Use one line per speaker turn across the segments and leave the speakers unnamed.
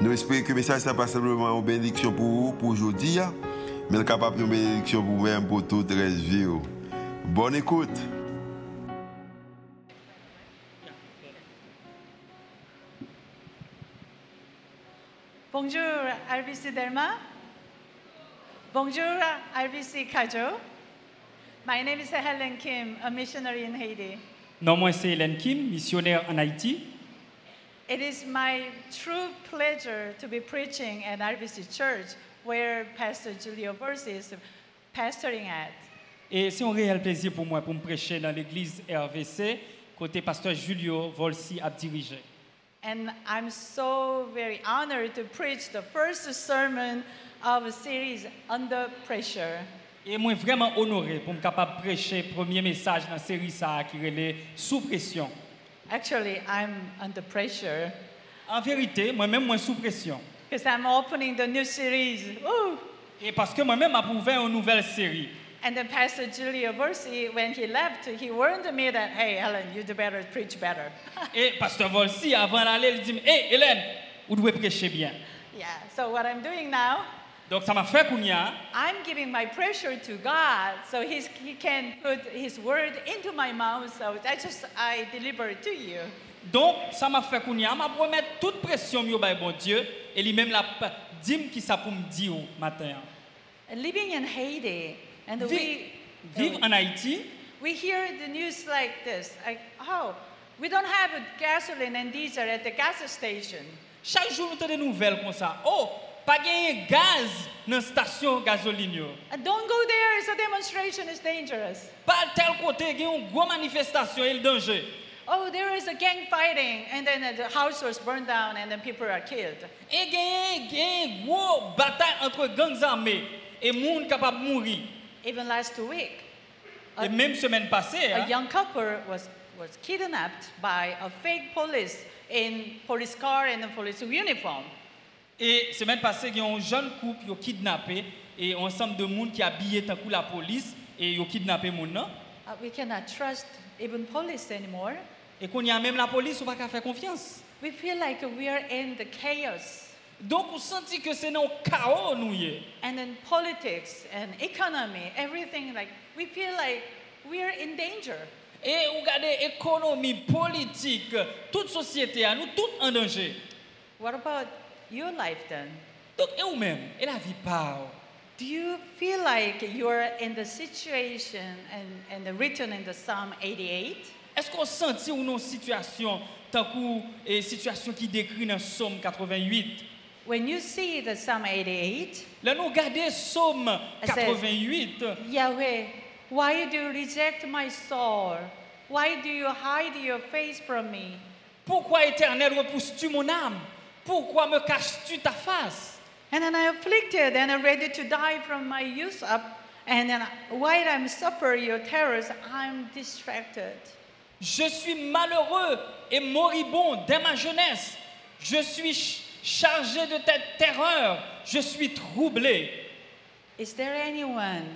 Nous espérons que le message n'est pas simplement une bénédiction pour vous, pour aujourd'hui, mais capable une bénédiction pour vous-même, pour toute la vie. Bonne écoute.
Bonjour, RBC Delma. Bonjour, RBC Kajo. My name is Helen Kim, a missionary in Haiti.
Non, moi c'est Hélène Kim, missionnaire en Haïti.
It is my true pleasure to be preaching at RBC Church, where Pastor Julio Borsi is pastoring at.
Et c'est un réel plaisir pour moi pour me prêcher dans l'église RVC, côté pasteur Julio Volsi a dirigé.
And I'm so very honored to preach the first sermon of a series, Under Pressure.
Et moi vraiment honoré pour me capable prêcher premier message dans la série ça qui relève sous pression.
Actually, I'm under pressure
En vérité, moi-même moi sous pression.
because I'm opening the new series. Woo!
Et parce que moi-même a ouvert une nouvelle série.
And then Pastor Julio Borsi, when he left, he warned me that, hey, Helen, you do better preach better.
Et pasteur Volsi avant d'aller, il dit "Hé Hélène, vous devez prêcher bien."
yeah, so what I'm doing now,
Donc ça m'a fait kounya,
I'm giving my pressure to God so he's, he can put his word into my mouth. So that's just, I deliver it to you.
donc ça m'a fait kounya, m'a remettre toute pression yo bay bon Dieu et lui-même la dîme qui ça pour me dire au matin.
And living in Haiti, and
Vi-
we,
Vivre en Haïti,
we hear the news like this, like, oh, we don't have gasoline and diesel at the gas station.
Chaque jour, nous avons des nouvelles comme ça. Oh, pas gagné gaz dans la station gasoline. yo.
And don't go there, it's a demonstration, it's dangerous.
Par tel côté, il y a une grosse manifestation et le danger.
Oh, there is a gang fighting, and then uh, the house was burned down, and then people are killed.
Et il y a- il y a une grosse bataille entre gangs armés et gens capables de mourir.
Even last week,
Et même semaine passée, hein,
Ah, a young couple was, was kidnapped by a fake police in police car and a police uniform.
et semaine passée, il y a un jeune couple qui a kidnappé et un ensemble de gens qui habillé tant que la police et ils ont kidnappé hein. les gens.
Uh, we cannot trust even police anymore.
Et qu'on y a même la police, on ne peut pas faire confiance.
We feel like we are in the chaos.
Donc, on sentit que c'est un chaos, nous. y est.
And in politics and economy, everything like we feel like we are in danger.
Et regardez, économie, politique, toute société, à nous, tout en danger.
What about your life then?
Donc, et vous-même, et la vie part.
Do you feel like you're in the situation and, and the written in the Psalm 88?
Est-ce qu'on sentit ou non situation, tant que et situation qui décrit dans Somme 88
When you see the Psalm 88,
Là, nous regardons Somme
Ça, c'est-
88.
Yahweh, why do you reject my soul? Why do you hide your face from me?
Pourquoi, éternel, repousses-tu mon âme Pourquoi me caches-tu ta face
And then I afflicted and am ready to die from my youth up. And then while I'm suffer your terrors, I'm distracted.
Je suis malheureux et moribond dès ma jeunesse. Je suis ch- chargé de ta terreur. Je suis troublé.
Is there anyone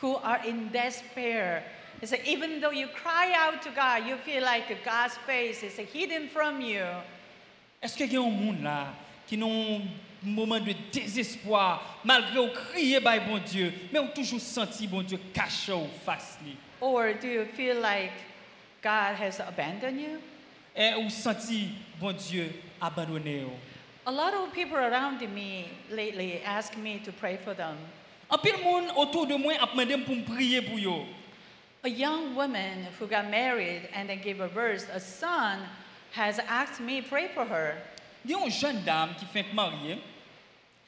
who are in despair? It's like, even though you cry out to God, you feel like God's face is hidden from you.
Est-ce qu'il y a un monde là qui n'a un moment de désespoir, malgré au crier by bon Dieu, mais on toujours senti bon Dieu caché ou face li?
Or do you feel like God has abandoned you?
Et ou senti bon Dieu abandonné ou?
A lot of people around me lately ask me to pray for them.
En pile monde autour de moi a demandé pour me prier pour yo.
A young woman who got married and then gave a birth, a son, has asked me pray for her.
Il y a une jeune dame qui fait marier.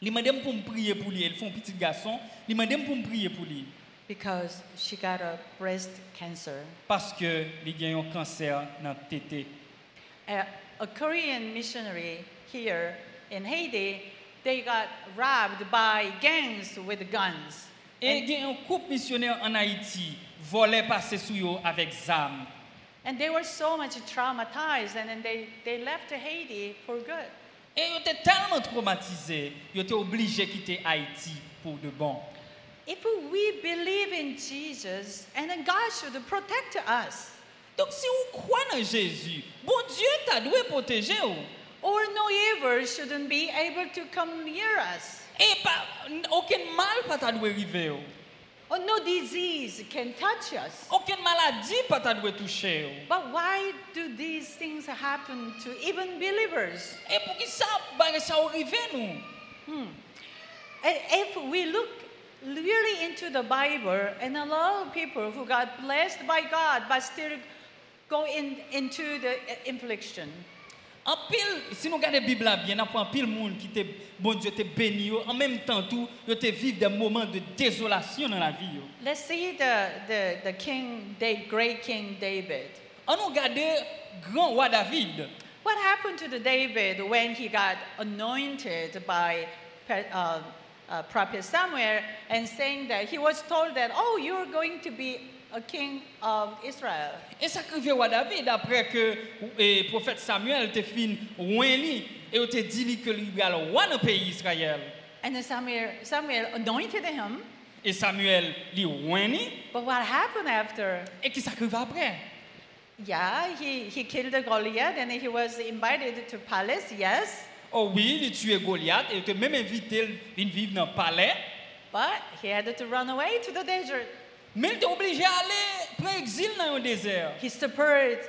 Il m'a demandé pour me prier pour lui, elle fait un petit garçon, il m'a demandé pour me prier pour lui
because she got a breast cancer.
parce que il a un cancer dans le tété.
A, a Korean missionary here in Haiti they got robbed by gangs with guns.
Et
And,
il y a un couple missionnaire en Haïti, volait passer sous eux avec ZAM.
and they were so much traumatized, and then they, they left Haiti for good.
Et ils étaient tellement traumatisés, ils étaient obligés de quitter Haïti pour de bon.
If we believe in Jesus, and then God should protect us.
Donc si vous croyez en Jésus, bon Dieu t'a dû protéger. vous.
Or no evil shouldn't be able to come near us.
Et pas- aucun mal pas t'a dû arriver. vous.
Or no disease can touch us.
Aucune maladie pas t'a dû toucher. vous.
But why do these things happen to even believers?
Et pour qui ça, bah, ça arrive nous
And If we look really into the Bible, and a lot of people who got blessed by God but still go in, into the uh, infliction.
En pile, si nous regardons la Bible là bien, nous avons pile monde qui était bon Dieu était béni yo. en même temps tout, yo te vivre des moments de désolation dans la vie yo.
Let's see the, the, the king, the great king David.
On nous regarde grand roi David.
What happened to the David when he got anointed by pe- uh, uh, prophet Samuel and saying that he was told that, oh, you're going to be a king of Israel.
Et ça arrivé roi David après que le prophète Samuel te fin ouin li, et il te dit li que lui le roi dans le pays Israël.
And then Samuel, Samuel anointed him.
Et Samuel li ouin li,
But what happened after?
et qui s'arrive après
Yeah, he, he killed Goliath and he was invited to palace, yes.
Oh oui, il tué Goliath et il te même invité à vivre dans le palais.
But he had to run away to the desert.
Mais il était obligé d'aller prendre exil dans le désert.
He suffered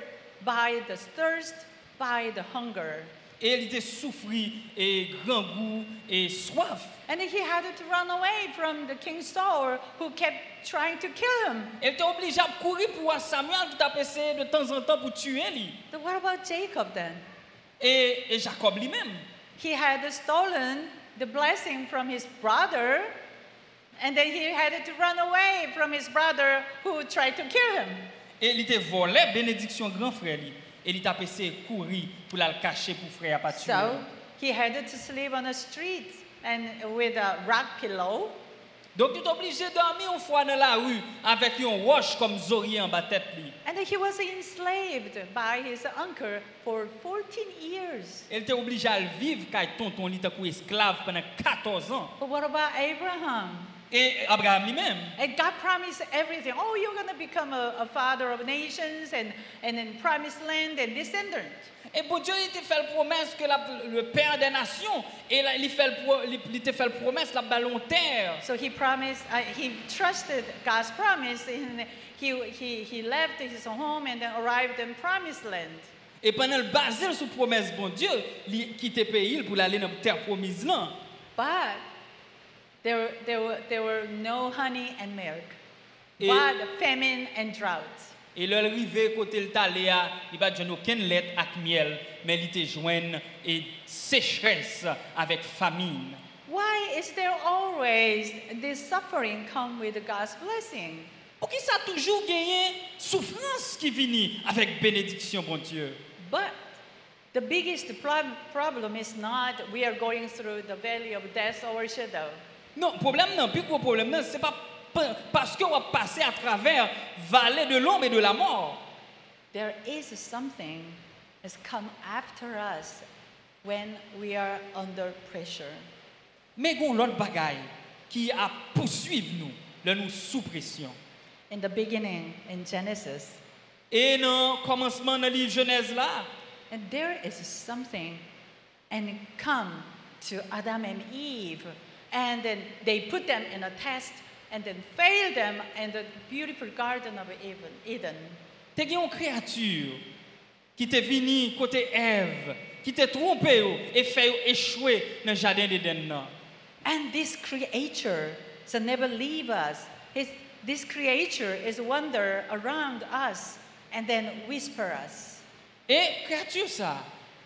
by the thirst, by the hunger.
Et il était souffri et grand goût et soif.
And he had to run away from the king Saul, who kept trying to kill him.
Il était obligé de courir pour Samuel tout à essayer de temps en temps pour tuer lui.
But what about Jacob then?
Et, et Jacob lui-même.
He had stolen the blessing from his brother, and then he had to run away from his brother who tried to kill him.
Et il était volé bénédiction grand frère lui. Et il t'a essayé de courir pour la le cacher pour frère pas tuer.
So he had to sleep on the street and with a rock pillow.
Donc il était obligé de dormir une fois dans la rue avec une roche comme Zori en bas tête lui.
And he was enslaved by his uncle for 14 years.
Il était obligé à le vivre car tonton lui était comme esclave pendant 14 ans.
But what about Abraham?
Et Abraham lui-même.
And God promised everything. Oh, you're going to become a, a father of nations and, and then promised land and descendant.
Et bon Dieu, il te fait la promesse que la- le Père des nations, et là, il, fait le pro- il- il te fait la promesse, la ballon terre.
So he promised, uh, he trusted God's promise and he, he, he left his home and then arrived in promised land.
Et pendant le basé sous promesse, bon Dieu, il quitte le pays pour aller dans la terre promise. là.
But there, were- there, were, there were no honey and milk,
Eh.
but famine and drought.
Et là, il arrivé côté le Taléa, il va joindre aucune lettre avec miel, mais il te joint et sécheresse avec famine.
Why is there always this suffering come with God's blessing?
Pour qui ça a toujours gagné souffrance qui vient avec bénédiction, bon Dieu?
But the biggest prob- problem is not we are going through the valley of death or shadow.
Non, problème non, plus gros problème non, c'est pas pa- parce qu'on va passer à travers vallée de l'ombre et de la mort.
There is something that's come after us when we are under pressure.
Mais il y a l'autre bagaille qui a poursuivre nous, là nous sous pression.
In the beginning, in Genesis,
Et dans le commencement de livre Genèse là,
and there is something, and it come to Adam and Eve, and then they put them in a test, and then failed them in the beautiful garden of Eden. Eden.
tu as une créature qui t'est venue côté Ève, qui t'est trompée yo, et fait yo échouer dans le jardin d'Éden. là.
And this creature shall never leave us. His, this creature is wander around us and then whisper us.
Et créature ça,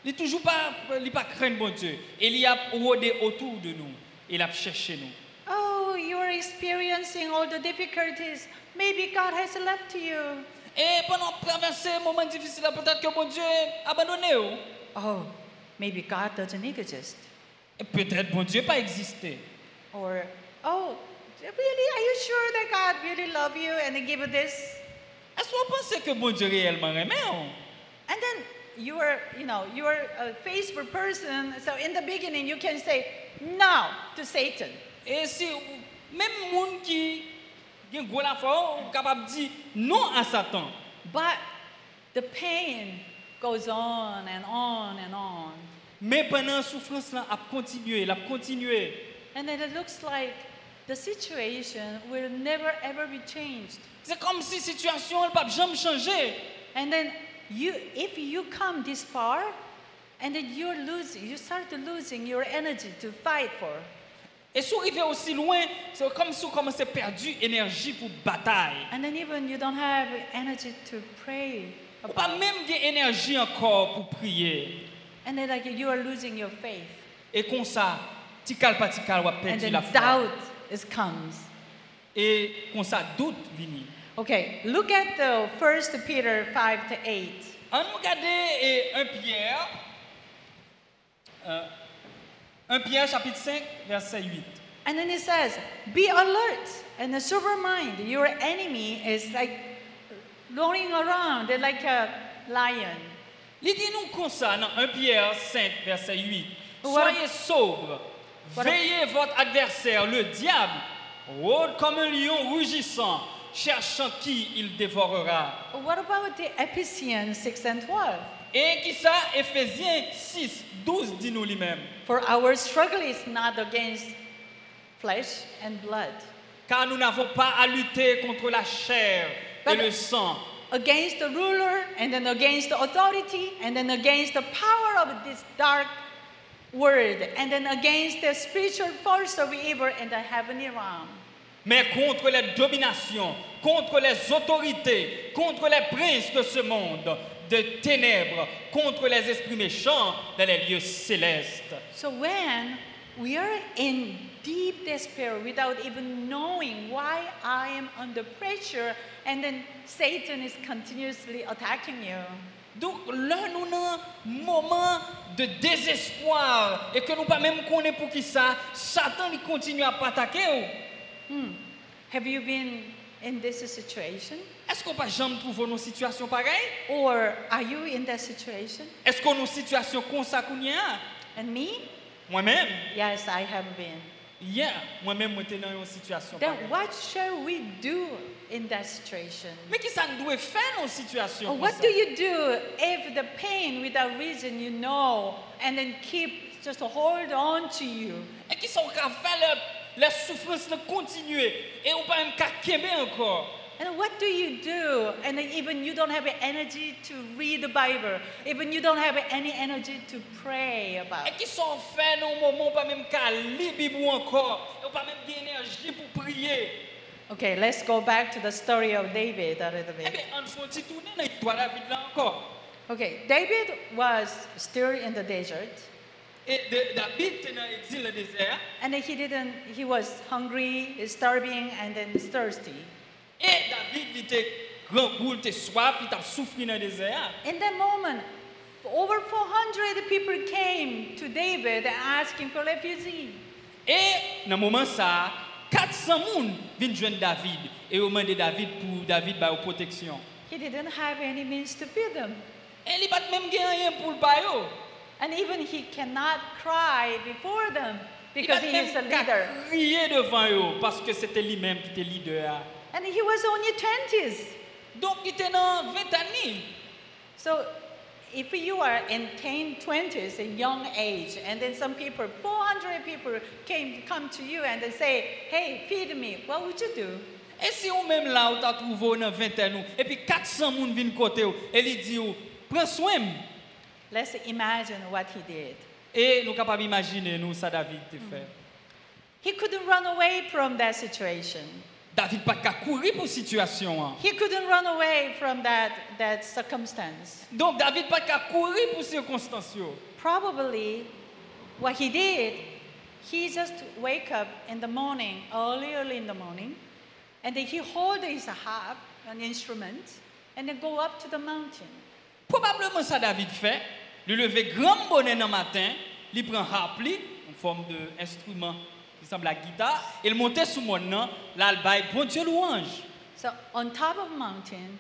il n'est toujours pas, il est pas craint, bon Dieu. Et il a rôdé autour de nous, il a cherché nous.
Oh, you're experiencing all the difficulties. Maybe God has left you.
Et pendant traverser un moment difficile, peut-être que mon Dieu a abandonné. ou.
Oh, maybe God doesn't exist.
Et peut-être bon Dieu pas existé.
Or, oh, really? Are you sure that God really love you and give you this?
Est-ce qu'on pensait que bon Dieu réellement aimait on?
And then you are, you know, you are a faithful person. So in the beginning, you can say no to Satan.
Et si même monde qui gen gros la foi on capable de dire non à Satan.
But the pain goes on and on and on.
Mais pendant la souffrance là a continué, elle a continué.
And then it looks like the situation will never ever be changed.
C'est comme si situation elle pas jamais changer.
And then you, if you come this far, and then you're losing, you start losing your energy to fight for.
Et si on arrivait aussi loin, c'est comme si on commençait à perdre énergie pour bataille.
And then even you don't have energy to pray.
Ou pas même de énergie encore pour prier.
And then like you are losing your faith.
Et comme ça, tikal pas tikal, on a
And
perdu
then
la foi.
doubt is comes.
Et comme ça, doute vini.
Okay, look at the first Peter five to eight.
On nous regarde et un Pierre, euh, un Pierre chapitre 5, verset 8.
And then it says, Be alert and a sober mind. Your enemy is like roaring around like a lion.
Il dit nous comme ça dans 1 Pierre 5, verset 8.
Voilà.
Soyez sobre,
Voilà.
veillez votre adversaire, le diable, rôde comme un lion rugissant, cherchant qui il dévorera.
What about the Ephesians 6 and 12?
Et qui ça, Éphésiens 6, 12 dit nous lui-même.
For our struggle is not against flesh and blood,
Car nous n'avons pas à lutter contre la chair et
Pardon.
le sang,
against the ruler, and then against the authority, and then against the power of this dark world, and then against the spiritual force of evil in the heavenly realm.
mais contre les dominations, contre les autorités, contre les princes de ce monde, de ténèbres, contre les esprits méchants dans les lieux célestes.
So when we are in deep despair without even knowing why I am under pressure, and then Satan is continuously attacking you.
Donc là, nous avons un moment de désespoir et que nous pas même connaît pour qui ça, Satan il continue à pas attaquer. ou.
Hmm. Have you been in this situation?
Est-ce qu'on pas jamais trouvé nos situations pareilles?
Or are you in that situation?
Est-ce qu'on a une situation comme ça qu'on y a?
And me?
Moi-même,
Yes, I have been.
hier, moi-même, j'étais dans une situation.
Then
pareille.
what shall we do in that situation?
Mais qu'est-ce qu'on doit faire dans une situation
Or
comme
Oh, what
ça?
do you do if the pain without reason you know and then keep just hold on to you?
Et qui sont qu'à faire la, souffrance de continuer et on pas même qu'à quémer encore.
And what do you do? And then even you don't have energy to read the Bible, even you don't have any energy to pray about.
Et qui sont faits dans un moment où pas même qu'à lire Bible encore, et on pas même d'énergie pour prier.
Okay, let's go back to the story of David a little
Eh
bit.
bien, on faut s'y tourner dans l'histoire de la vie de là encore.
Okay, David was still in the desert,
Et de- David était dans l'exil le désert,
and he didn't. He was hungry, starving, and then thirsty.
et David il était grand boule, il était soif, il t'a souffert dans le désert.
In that moment, over 400 people came to David and asked him for refugee.
Et dans le moment ça, 400 personnes viennent joindre David et ont demandé David pour David bah, aux protection.
He didn't have any means to feed them,
Et il n'a pas même gagné rien pour le bail.
and even he cannot cry before them
Il n'a
because he is a
même qu'à
leader.
crier devant eux parce que c'était lui-même qui était leader.
And he was only 20s.
Donc il était dans 20 années.
So if you are in teen 20s, a young age, and then some people, 400 people came come to you and they say, hey, feed me, what would you do?
Et E si ou même là, ou t'a trouvé dans 20 ans, et puis 400 personnes viennent côté ou, et il dit ou, prends soin.
Let's imagine what he did.
Et nous sommes capables d'imaginer nous, ça David te fait.
Hmm. He couldn't run away from that situation.
David pas qu'à courir pour situation. hein.
He couldn't run away from that, that circumstance.
Donc David pas qu'à courir pour circonstances. yo.
Probably what he did, he just wake up in the morning, early, early in the morning, and then he hold his harp, an instrument, and then go up to the mountain.
Probablement ça David fait, il lever grand bonnet dans le matin, il prend harpe, li, en forme d'instrument qui semble à guitare. Il montait sous mon nom, là, il baille, bon Dieu louange.
So on top of mountain,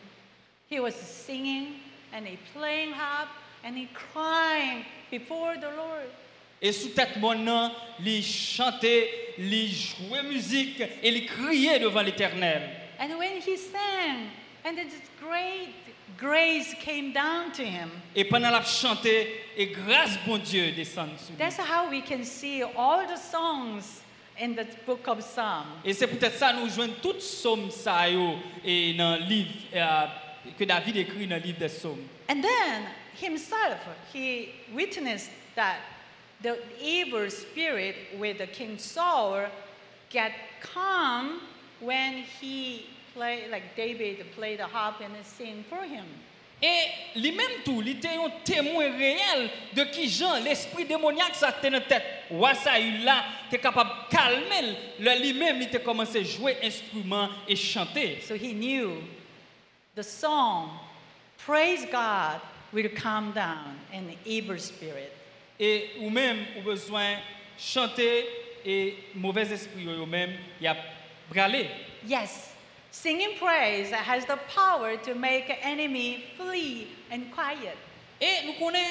he was singing and he playing harp and he crying before the Lord.
Et sous tête mon nom, il chantait, il jouait musique et il criait devant l'Éternel.
And when he sang, and then this great grace came down to him.
Et pendant la chanter, et grâce bon Dieu descend sur lui.
That's how we can see all the songs in the book of Psalm.
Et c'est peut-être ça nous joignent toutes psaumes ça yo, et dans le livre euh, que David écrit dans le livre des psaumes.
And then himself, he witnessed that the evil spirit with the King Saul get calm when he play like David played the harp and sing for him.
Et lui-même tout, il était un témoin réel de qui Jean, l'esprit démoniaque, ça était dans la tête. Roi Saül là, était capable de calmer. le- Lui-même, il était commencé à jouer instrument et chanter.
So he knew the song, praise God, will calm down an evil spirit.
Et E ou même, ou besoin chanter et mauvais esprit ou même, il a bralé.
Yes, singing praise has the power to make enemy flee and quiet.
Et nous connaissons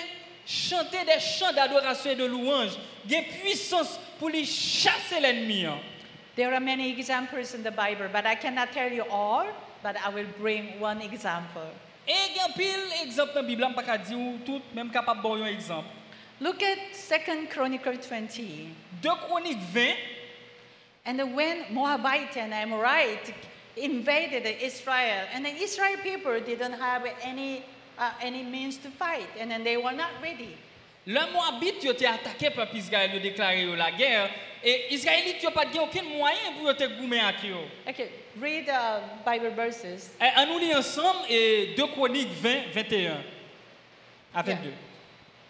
chanter des chants d'adoration et de louange. Il y a une puissance pour lui chasser l'ennemi. hein.
There are many examples in the Bible, but I cannot tell you all, but I will bring one example.
Et il y a un E pile exemple dans la Bible, je ne peux pas dire tout, même capable de donner un exemple.
Look at 2 Chronicle 20.
2 Chroniques 20,
And when Moabite and Amorite invaded Israel, and the Israel people didn't have any, uh, any means to fight, and then they were not ready.
le Moabite a été attaqué par Israël, il a déclaré la guerre. Et Israélite n'a pas eu aucun moyen pour te goumer avec eux.
Okay, read uh, Bible verses.
Eh, On nous lit ensemble et 2 Chroniques 20, 21 à 22.
Yeah.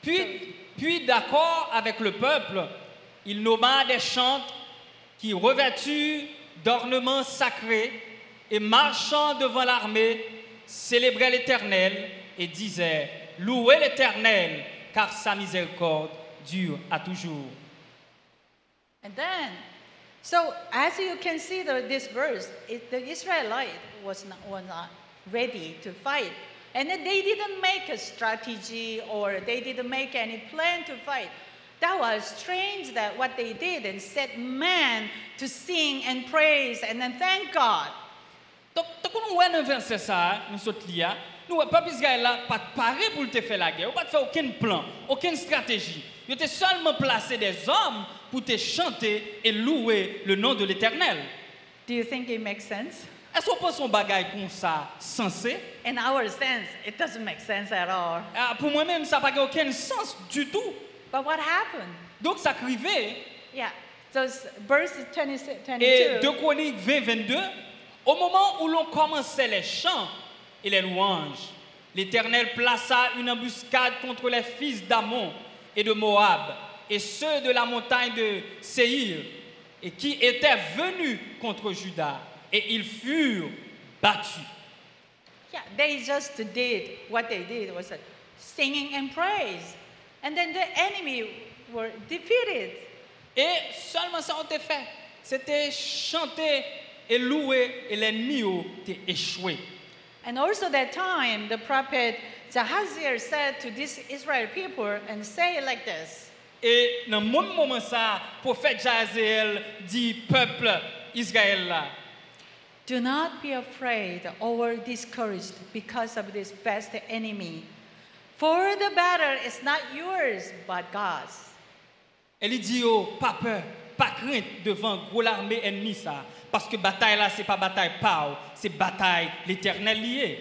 Puis, puis d'accord avec le peuple, il nomma des chantres qui, revêtus d'ornements sacrés et marchant devant l'armée, célébraient l'Éternel et disaient Louez l'Éternel, car sa miséricorde dure à toujours.
And then, so as you can see the, this verse, it, the Israelite was not, was not ready to fight. And then they didn't make a strategy or they didn't make any plan to fight. That was strange that what they did and set men to sing and praise and then thank God.
Donc, tant qu'on voit dans verset ça, nous sommes là, nous voyons peuple Israël là, pas paré pour te faire la guerre, pas te faire aucun plan, aucune stratégie. Ils étaient seulement placé des hommes pour te chanter et louer le nom de l'Éternel.
Do you think it makes sense?
Est-ce qu'on pense son bagage comme ça sensé
In our sense, it doesn't make sense at all.
Ah, Pour moi-même, ça n'a pas aucun sens du tout.
But what happened?
Donc, ça crivait.
Yeah. So s- verse 20, 22.
Et 2 Chroniques 20, 22, au moment où l'on commençait les chants et les louanges, l'Éternel plaça une embuscade contre les fils d'Amon et de Moab et ceux de la montagne de Séhir et qui étaient venus contre Juda et ils furent battus.
Yeah, they just did what they did was uh, singing and praise, and then the enemy were defeated.
Et seulement ça on t'a fait, c'était chanter et louer et l'ennemi a échoué.
And also that time, the prophet Zahaziel said to this Israel people and say it like this.
Et dans le même moment, ça, le prophète Jaziel dit peuple Israël là,
Do not be afraid or discouraged because of this vast enemy. For the battle is not yours, but God's.
elle lui dit oh, pas peur, pas crainte devant gros l'armée ennemie ça, parce que bataille là c'est pas bataille pao, c'est bataille l'Éternel lié.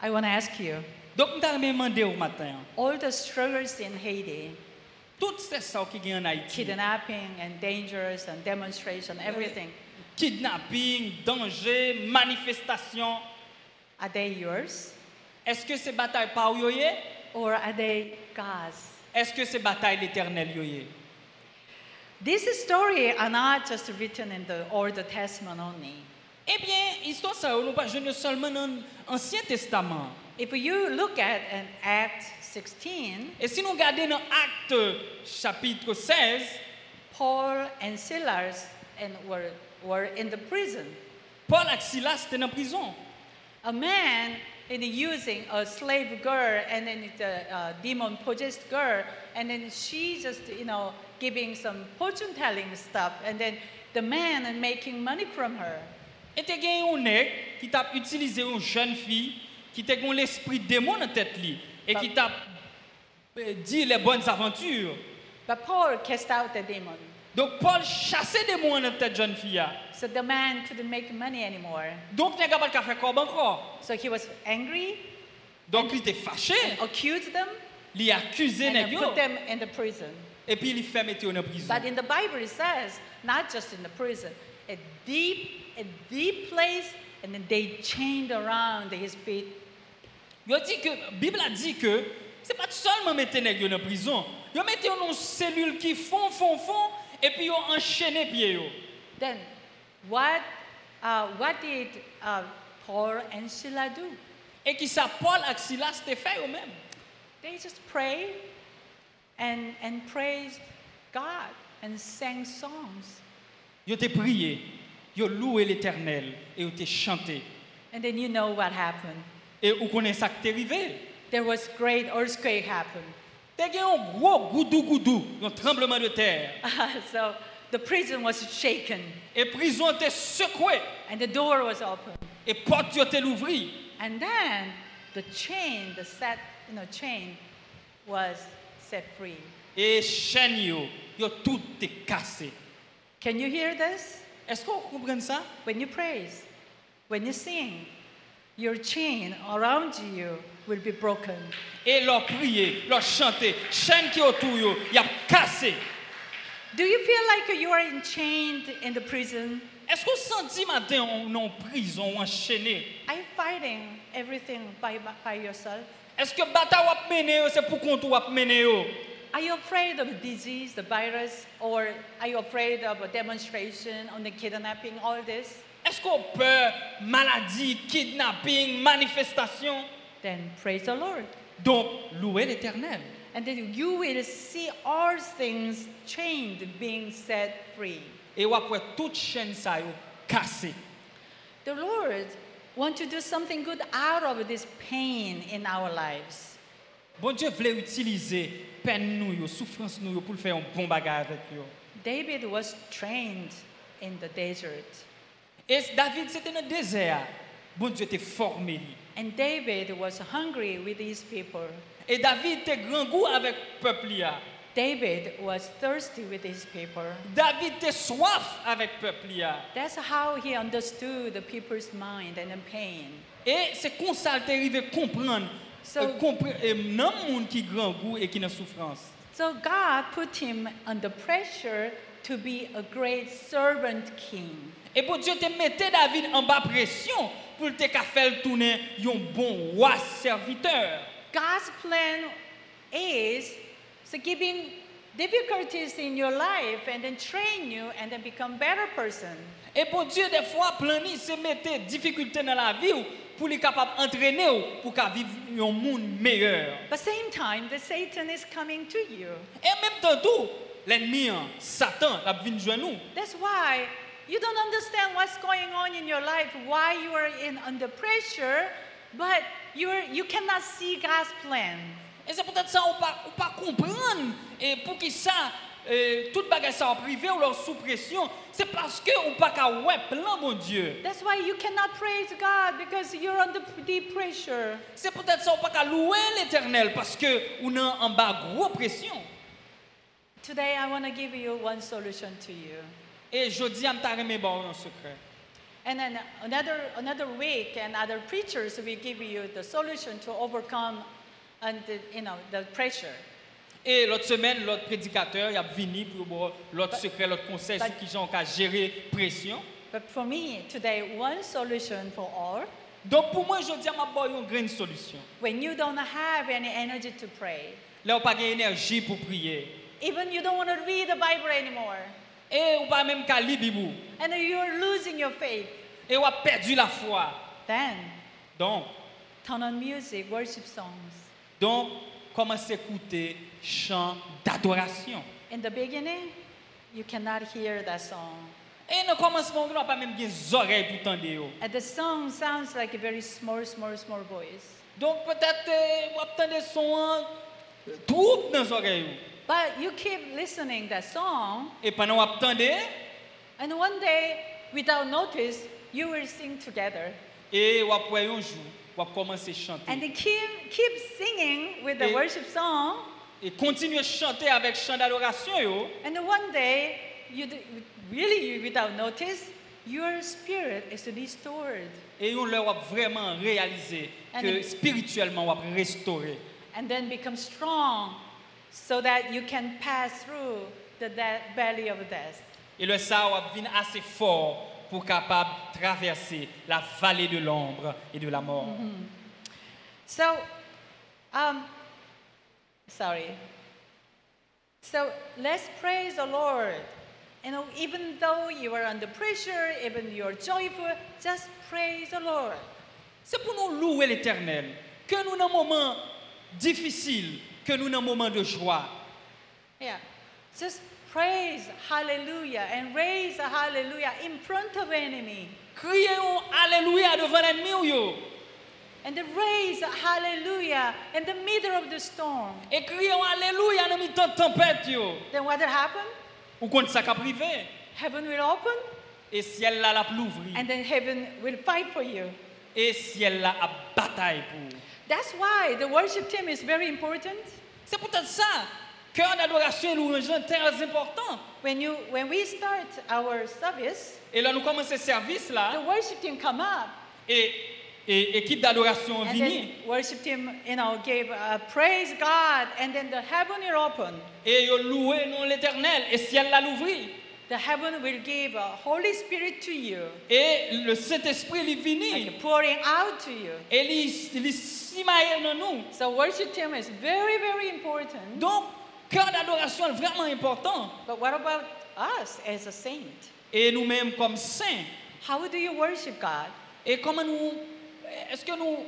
I want to ask you,
Donc nous t'allons demander au matin,
all the struggles in Haiti,
tout c'est ça qui gagne en Haïti,
kidnapping and dangers and demonstration, everything,
kidnapping, danger, manifestation,
Are they yours
est-ce que c'est bataille pao yoyé?
or are they God's?
Est-ce que c'est bataille l'Éternel yoyé?
These stories are not just written in the Old Testament only.
Eh bien, histoire ça, nous pas jeune seulement dans l'Ancien Testament.
If you look at an Acts 16,
Et si nous regardons dans Acte chapitre 16,
Paul and Silas and were, were in the prison.
Paul et Silas étaient en prison.
A man in using a slave girl and then the uh, demon possessed girl, and then she just you know giving some fortune telling stuff, and then the man and making money from her.
Et t'es gagné un nègre qui t'a utilisé une jeune fille qui t'a gagné l'esprit démon dans tête li, et qui t'a euh, dit les bonnes aventures.
But Paul cast out the demon,
Donc Paul chassait des démons dans tête jeune fille. là.
so the man couldn't make money anymore.
Donc nègre pas qu'à faire corps encore.
So he was angry,
Donc il était fâché,
accused them,
il accusait
and then
nègre yo,
put them in the prison.
et puis il fait mettre en prison.
But in the Bible it says, not just in the prison, a deep, a deep place, and then they chained around his feet.
Yo dit que Bible a dit que c'est pas seulement mettre nèg yo dans prison. Yo mettait dans une cellule qui fond fond fond et puis yo enchaîné pied yo.
Then what, uh, what did uh, Paul and Sheila do?
Et qui ça Paul et Silas te fait eux même.
They just prayed and, and praised God and sang songs.
Yo te prié, yo loué l'Éternel et yo te chanté.
And then you know what happened.
Et ou connaît ça qui t'est arrivé.
There was great earthquake happened.
T'es gagné un gros goudou goudou, un tremblement de terre
so the prison was shaken
et prison t'est secouée
and the door was opened.
et porte yo t'est l'ouvri.
And then the chain, the set, you know, chain was set free.
et chaîne yo, yo tout est cassé.
Can you hear this?
Est-ce qu'on comprend ça
When you praise, when you sing, your chain around you will be broken.
Et leur prier, leur chanter, chaîne qui autour yo, y a cassé.
Do you feel like you are enchained in the prison?
Est-ce qu'on sentit matin on est en prison, on enchaîné
Are you fighting everything by, by yourself?
Est-ce que bataille wap mené yo, c'est pour compte wap mené yo
Are you afraid of disease, the virus, or are you afraid of a demonstration on the kidnapping, all this?
Est-ce qu'on peur maladie, kidnapping, manifestation
Then praise the Lord.
Donc louer l'Éternel.
And then you will see all things chained being set free.
Et wap wè toute chaîne ça yo cassé.
The Lord want to do something good out of this pain in our lives.
Bon Dieu voulait utiliser peine nous yo, souffrance nous yo pour le faire un bon bagage avec yo.
David was trained in the desert.
Et David, c'était dans le désert. Bon Dieu t'a formé. lui.
And David was hungry with his people.
Et David t'a grand goût avec le peuple. lui.
David was thirsty with his people.
David t'a soif avec le peuple. lui.
That's how he understood the people's mind and the pain.
Et c'est comme ça qu'il est arrivé à comprendre.
So-
euh, comprendre et non monde qui grand goût et qui est en souffrance.
So God put him under pressure to be a great servant king.
Et bon Dieu t'a mettait David en bas pression pour te faire le tourner un bon roi serviteur.
God's plan is so giving difficulties in your life and then train you and then become better person.
Et bon Dieu, des fois, planifie se mettait difficulté dans la vie ou pour les capable d'entraîner ou pour qu'à vivre un monde meilleur.
But same time, the Satan is coming to you.
Et en même temps tout, l'ennemi, hein, Satan, la vient jouer nous.
That's why you don't understand what's going on in your life, why you are in under pressure, but you're you cannot see God's plan.
Et c'est peut-être ça, on pas, on pas comprendre. Et pour qui ça, euh, toute bagarre ça en privé ou leur sous pression, c'est parce que on pas qu'à ouais plan, mon Dieu.
That's why you cannot praise God because you're under deep pressure.
C'est peut-être ça, on pas qu'à louer l'éternel parce que on est en bas gros pression.
Today I want to give you one solution to you.
Et je dis à m'ta remet bon en secret.
And then another, another week and other preachers will give you the solution to overcome and the, you know, the pressure.
Et l'autre semaine, l'autre prédicateur, il a venu pour bon, l'autre secret, l'autre conseil,
But-
sur qui j'en qu'à gérer pression.
But for me, today, one solution for all,
Donc pour moi, je dis à ma bonne, une grande solution.
when you don't have any energy to pray,
Là, on pas d'énergie pour prier.
even you don't want to read the Bible anymore,
Et on pas même qu'à lire Bibou.
and you're losing your faith,
Et on a perdu la foi.
then
Donc,
turn on music, worship songs.
donc commence à écouter chant d'adoration.
In the beginning, you cannot hear that song.
Et dans le commencement, on n'a pas même des oreilles pour entendre. yo.
And the song sounds like a very small, small, small voice.
Donc peut-être euh, on entend des sons euh, troubles dans les oreilles. yo.
But you keep listening that song,
Et pendant qu'on attendait,
and one day, without notice, you will sing together.
et on après un jour, on commence à chanter.
And they keep, keep singing with the
Eh.
worship song,
Et continuer à chanter avec chant d'adoration. yo.
and then one day, you d- really you- without notice, your spirit is restored.
Et on leur a vraiment réalisé
And
que
it-
spirituellement, on va restaurer.
and then become strong so that you can pass through the de- valley of death.
Et le ça, on va venir assez fort pour capable de traverser la vallée de l'ombre et de la mort.
So, um, sorry. So let's praise the Lord. You know, even though you are under pressure, even you're joyful, just praise the Lord.
C'est pour nous louer l'éternel. Que nous, dans un moment difficile, que nous, dans un moment de joie,
Yeah. Just praise hallelujah and raise a hallelujah in front of enemy.
crions Alléluia devant l'ennemi. ou yo.
And then raise a hallelujah in the middle of the storm.
Et crions Alléluia dans le temps de tempête. yo.
Then what happened?
Ou contre ça qu'a privé.
Heaven will open,
Et ciel là, la l'ouvrir.
and then heaven will fight for you.
Et ciel là, a bataille pour.
That's why the worship team is very important.
C'est peut-être ça. Cœur d'adoration et louange est très important.
When you, when we start our service,
Et là, nous commençons ce service
the
là.
worship team come up,
Et, et équipe d'adoration
and
venir.
then worship team, you know, gave uh, praise God, and then the heaven will open.
Et yo louer non l'éternel. Et ciel là, l'ouvrir.
The heaven will give uh, Holy Spirit to you,
Et le Saint-Esprit, il vient.
like pouring out to you.
Et il, il simaille dans nous.
So worship team is very, very important.
Donc, cœur d'adoration est vraiment important.
But what about us as a saint?
Et nous-mêmes comme saints.
How do you worship God?
Et comment nous, est-ce que nous,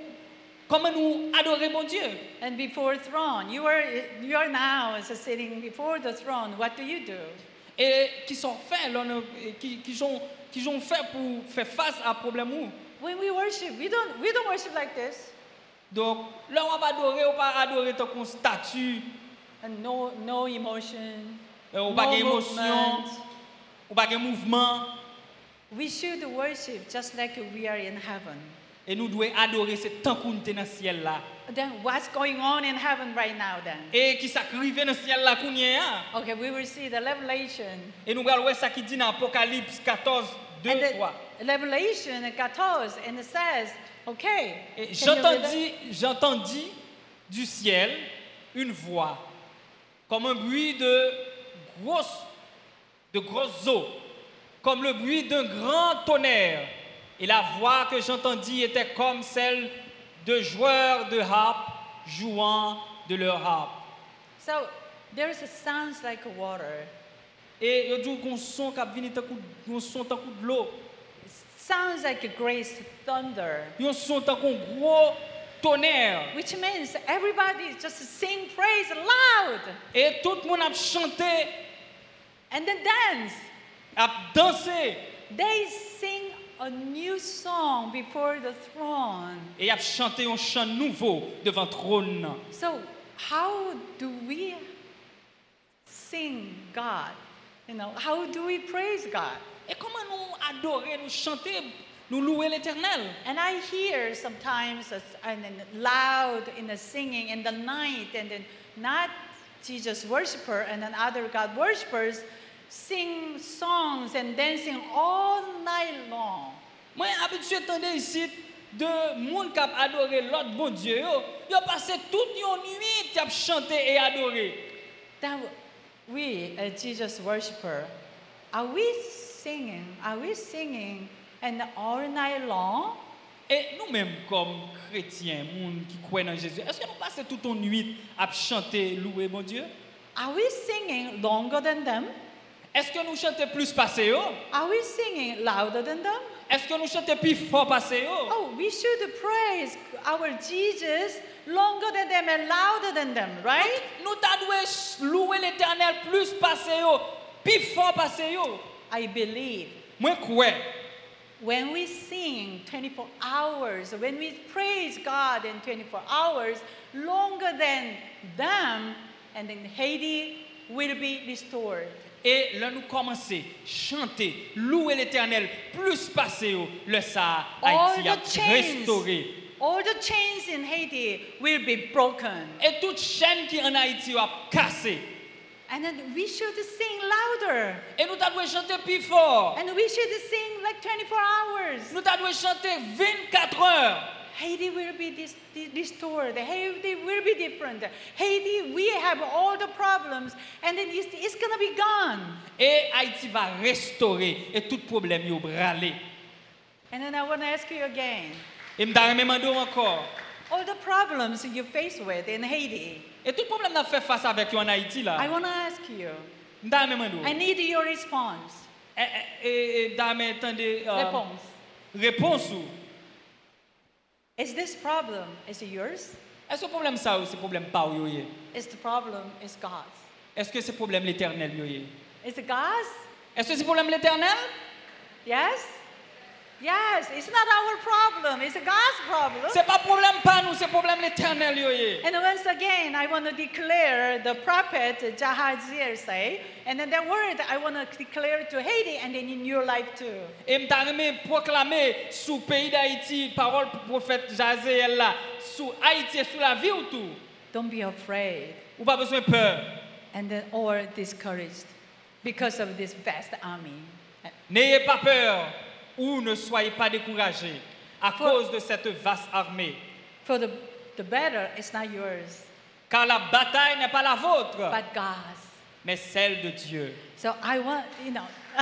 comment nous adorer mon Dieu
And before throne, you are you are now as a sitting before the throne. What do you do?
Et qui sont faits, là, nous- et qui, qui sont, qui ont fait pour faire face à problème ou.
When we worship, we don't we don't worship like this,
Donc, là, on va adorer, on va adorer tant qu'on statue,
and no no emotion,
euh, on va
no
gagner émotion,
movement.
on va gagner mouvement.
We should worship just like we are in heaven.
Et nous devons adorer ce temps qu'on est dans le ciel là.
Then what's going on in heaven right now? Then
Et qui s'arrive dans le ciel là qu'on y a.
okay, we will see the revelation.
Et nous allons voir ça qui dit dans Apocalypse 14, 2,
and the
3.
revelation gatos and it says, okay.
Et
can you read that?
J'entendis, j'entendis du ciel une voix, comme un bruit de grosses, de grosses eaux, comme le bruit d'un grand tonnerre. Et la voix que j'entendis était comme celle de joueurs de harpe jouant de leur harpe.
So there is a sounds like water.
Et il y a un son qui vient tant que- un son tant que de l'eau,
sounds like a great thunder,
un son tant qu'un gros tonnerre.
which means everybody just sing praise loud
Et E tout le monde a chanté,
and then dance.
a dansé.
They sing a new song before the throne.
et a chanté un chant nouveau devant trône.
So, how do we sing God? You know, how do we praise God?
Et comment nous adorer, nous chanter, nous louer l'Éternel
And I hear sometimes as- and then loud in the singing in the night, and then not Jesus worshiper and then other God worshippers sing songs and dancing all night long.
Moi, habitué attendez ici de monde qui a adoré l'autre bon Dieu. yo. Ils ont passé toute une nuit à chanter et adorer.
Then we, as Jesus worshiper, are we singing? Are we singing and all night long?
Et nous-mêmes, comme chrétiens, monde qui croient en Jésus, est-ce que nous passons toute une nuit à chanter, louer mon Dieu
Are we singing longer than them?
Est-ce que nous chantons plus passé yo?
Are we singing louder than them?
Est-ce que nous chantons plus fort passé yo?
Oh, we should praise our Jesus longer than them and louder than them, right?
Nous t'adouer louer l'éternel plus passé yo, Pi fort passé yo.
I believe
Moi crois
when we sing 24 hours, when we praise God in 24 hours, longer than them, and then Haiti will be restored.
et là nous commencer chanter louer l'Éternel plus passé yo, le ça
All
Haïti a
the chains,
restauré.
all the chains in Haiti will be broken.
Et toute chaîne qui en Haïti yo a cassé.
And then we should sing louder.
Et nous devons chanter plus fort.
And we should sing like 24 hours.
Nous devons chanter 24 heures.
Haiti will be dis- di- restored. Haiti will be different. Haiti, we have all the problems, and then it's, it's gonna be gone.
Et Haïti va restaurer et tout problème yo bralé.
And then I want to ask you again:
Et me même demander encore.
all the problems you face with in Haiti,
Et tout problème n'a fait face avec yo en Haïti
I
là.
want to ask you.
Me dame même demander.
I need your response,
Eh, eh, eh, eh, dame attendez euh,
response.
réponse ou.
Is this problem is it yours?
Est-ce que problème ça ou c'est problème pas ou yo ye?
Is the problem is God's?
Est-ce que c'est problème l'Éternel yo ye?
Is it God's?
Est-ce que c'est problème l'Éternel?
Yes. Yes. It's not our problem. It's God's problem.
C'est pas problème pas nous, c'est problème l'Éternel yo ye.
And once again, I want to declare the prophet Jahaziel say, and then that word I want to declare to Haiti and then in your life too.
Et m'tarmé proclamer sous pays d'Haïti, parole pour prophète Jazeel là, sous Haïti et sous la vie ou tout.
Don't be afraid
Ou pas besoin de peur.
and then, or discouraged because of this vast army.
N'ayez pas peur ou ne soyez pas découragés à cause de cette vaste armée.
For the, the battle is not yours,
Car la bataille n'est pas la vôtre,
but God's.
mais celle de Dieu.
So I want, you know,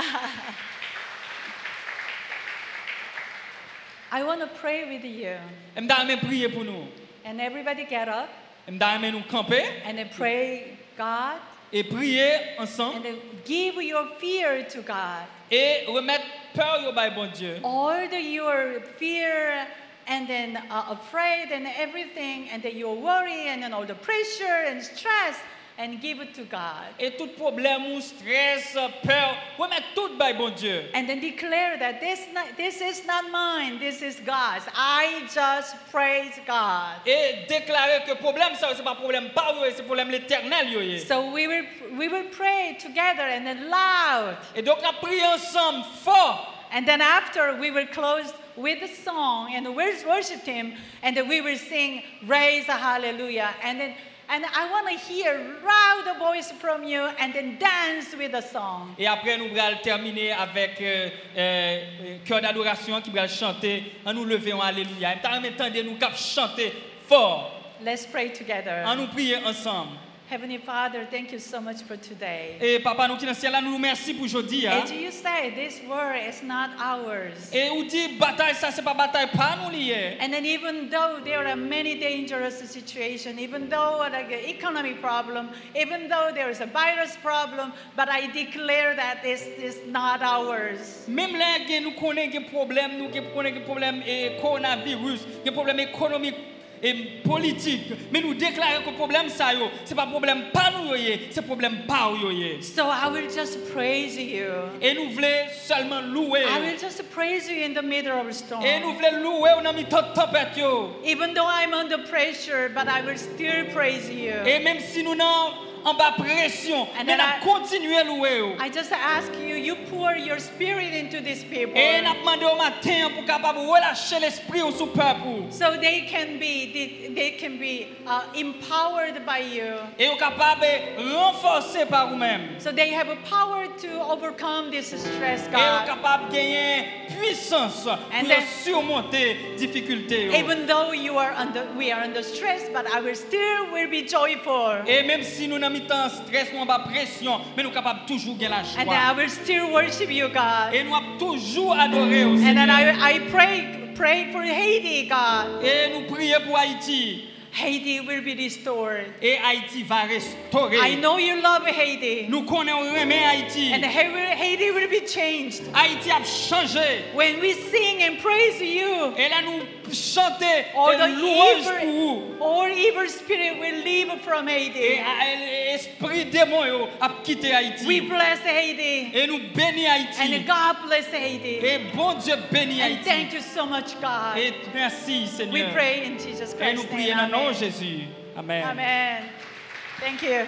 I want to pray with you.
Et m'tarmé prier pour nous.
And everybody get up
Et m'tarmé nous camper
and then pray, God,
et prier
and
ensemble
then give your fear to God.
et remettre peur au bon Dieu.
All the, your fear and then uh, afraid and everything, and then your worry and then all the pressure and stress, and give it to God.
Et tout problème ou stress, peur, remettre tout au bon Dieu.
And then declare that this, not, this is not mine, this is God's. I just praise God.
et déclarer que problème ça c'est pas problème pas oui, c'est problème l'éternel yo, yo.
So we will, we will pray together and then loud.
et donc la prier ensemble fort
And then after, we will close with a song and we'll worship Him and then we will sing Raise a Hallelujah. And then and I want to hear loud voice from you and then dance with the song.
et après nous allons terminer avec euh, euh, euh, cœur d'adoration qui va chanter en nous lever en alléluia et en même temps nous cap chanter fort
Let's pray together.
en nous prier ensemble
Heavenly Father, thank you so much for today.
et papa nous qui dans le ciel là nous merci pour aujourd'hui hein.
As you say, this war is not ours.
et ou dit bataille ça c'est pas bataille pas nous lié
And then even though there are many dangerous situations, even though like an economic problem, even though there is a virus problem, but I declare that this is not ours.
Même là, gen- nous connaissons des problèmes, nous connaissons des problèmes eh, coronavirus, des problèmes économiques et politiques. Mais nous déclarons que le problème, ça, yo, c'est pas problème pas nous, yo, yé, c'est problème pas ou, yo, yé.
So I will just praise you.
Et nous voulons seulement louer.
I will just praise you in the middle of a
Et
storm.
nous voulons louer au nom de toute tempête, yo.
Even though I'm under pressure, but I will still praise you.
Et même si nous n'en en bas pression,
And then
mais nous
I-
continuons à louer. yo.
I just ask you, you pour your spirit into these people.
Et nous demandons au matin pour capable relâcher l'esprit au sous-peuple.
So they can be, they, they can be uh, empowered by you.
Et nous capable de renforcer par nous-mêmes.
So they have a power to overcome this stress,
Et on
God.
est capable de gagner puissance
And
pour
then-
surmonter difficultés. yo.
Even though you are under, we are under stress, but I will still will be joyful,
Et même si nous n'avons pas stress, nous n'avons pas pression, mais nous sommes capables de toujours gagner la
and I
joie.
will still worship you, God.
Et nous avons toujours adoré au
And then
Seigneur.
I, I pray pray for Haiti, God.
Et nous prions pour Haïti.
Haiti will be restored.
Et Haïti va restaurer.
I know you love Haiti.
Nous connaissons aimer Haïti.
And Ha- Haiti will be changed.
Haïti a changé.
When we sing and praise you,
Et là, nous chanter
all
et
the
louange pour vous.
evil, all evil spirit will leave from
Et
Haiti.
à- et esprit démon yo, a quitté
We
Haïti.
bless Haiti.
Et nous bénissons Haïti.
And God bless Haiti.
Et bon Dieu bénit
And thank
Haïti.
you so much, God.
Et merci
We
Seigneur.
pray in Jesus
Et nous
Christ's
prions
name.
dans le nom de
Amen.
Jésus. Amen.
Amen. Thank you.